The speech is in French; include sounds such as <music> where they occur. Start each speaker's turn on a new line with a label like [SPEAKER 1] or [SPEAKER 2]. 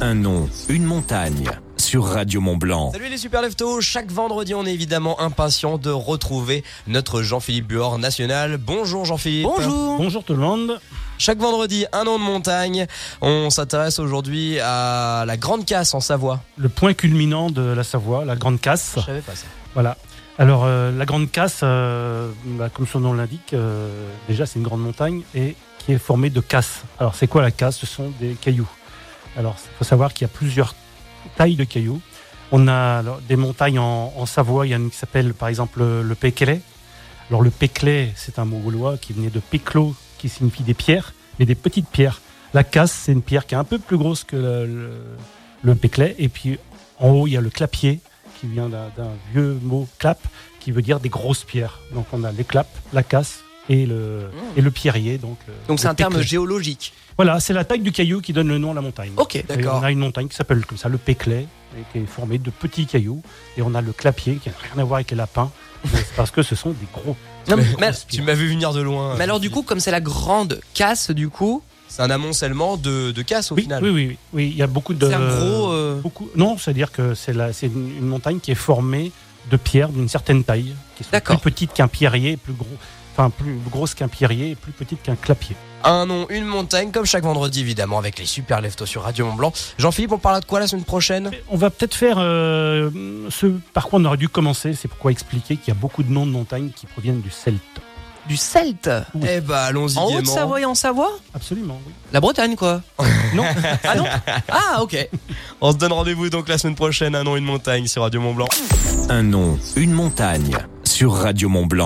[SPEAKER 1] Un nom, une montagne sur Radio Mont Blanc.
[SPEAKER 2] Salut les super leftos, chaque vendredi on est évidemment impatient de retrouver notre Jean-Philippe Buor national. Bonjour Jean-Philippe.
[SPEAKER 3] Bonjour. Bonjour tout le monde.
[SPEAKER 2] Chaque vendredi, un nom de montagne. On s'intéresse aujourd'hui à la Grande Casse en Savoie.
[SPEAKER 3] Le point culminant de la Savoie, la Grande Casse.
[SPEAKER 2] savais pas ça.
[SPEAKER 3] Voilà. Alors euh, la Grande Casse, euh, bah, comme son nom l'indique, euh, déjà c'est une grande montagne et qui est formée de casses. Alors c'est quoi la casse Ce sont des cailloux. Alors il faut savoir qu'il y a plusieurs tailles de cailloux. On a alors, des montagnes en, en Savoie. Il y en a une qui s'appelle par exemple le le Péclet. Alors le Péclet, c'est un mot gaulois qui venait de péclo, qui signifie des pierres, mais des petites pierres. La casse, c'est une pierre qui est un peu plus grosse que le, le, le Péclet. Et puis en haut, il y a le clapier, qui vient d'un d'un vieux mot clap, qui veut dire des grosses pierres. Donc on a les claps, la casse et le, et le pierrier. Donc, le-
[SPEAKER 2] Mmh. Donc c'est
[SPEAKER 3] le
[SPEAKER 2] un terme
[SPEAKER 3] Péclet.
[SPEAKER 2] géologique.
[SPEAKER 3] Voilà, c'est la taille du caillou qui donne le nom à la montagne.
[SPEAKER 2] Ok,
[SPEAKER 3] Et
[SPEAKER 2] d'accord.
[SPEAKER 3] On a une montagne qui s'appelle comme ça le Péclet, et qui est formée de petits cailloux. Et on a le clapier, qui n'a rien à voir avec les lapins, <laughs> mais c'est parce que ce sont des gros.
[SPEAKER 4] Non, mais, mais-
[SPEAKER 2] Tu m'as vu venir de loin.
[SPEAKER 4] mais alors du coup, comme c'est la grande casse, du coup,
[SPEAKER 2] c'est un amoncellement de, de casse au
[SPEAKER 3] Oui,
[SPEAKER 2] final.
[SPEAKER 3] oui, oui, oui, oui, il y a beaucoup de.
[SPEAKER 4] c'est un gros. euh,
[SPEAKER 3] beaucoup- Non, c'est-à-dire que c'est la- c'est une une montagne qui est formée de pierres d'une certaine taille, qui sont plus
[SPEAKER 4] D'accord.
[SPEAKER 3] petites qu'un pierrier, plus gros, enfin plus grosses qu'un pierrier et plus petites qu'un clapier.
[SPEAKER 2] Un nom, une montagne, comme chaque vendredi évidemment avec les super leftos sur Radio Mont Blanc. Jean-Philippe, on parlera de quoi la semaine prochaine
[SPEAKER 3] On va peut-être faire euh, ce par quoi on aurait dû commencer. C'est pourquoi expliquer qu'il y a beaucoup de noms de montagnes qui proviennent du celte.
[SPEAKER 4] du celte.
[SPEAKER 3] Oui.
[SPEAKER 2] Eh bah allons-y.
[SPEAKER 4] En
[SPEAKER 2] gaiement.
[SPEAKER 4] Haute-Savoie et en Savoie
[SPEAKER 3] Absolument. Oui.
[SPEAKER 4] La Bretagne, quoi.
[SPEAKER 3] Non.
[SPEAKER 4] Ah non Ah, ok.
[SPEAKER 2] On se donne rendez-vous donc la semaine prochaine, un nom, une montagne sur Radio Mont Blanc.
[SPEAKER 1] Un nom, une montagne sur Radio Mont Blanc.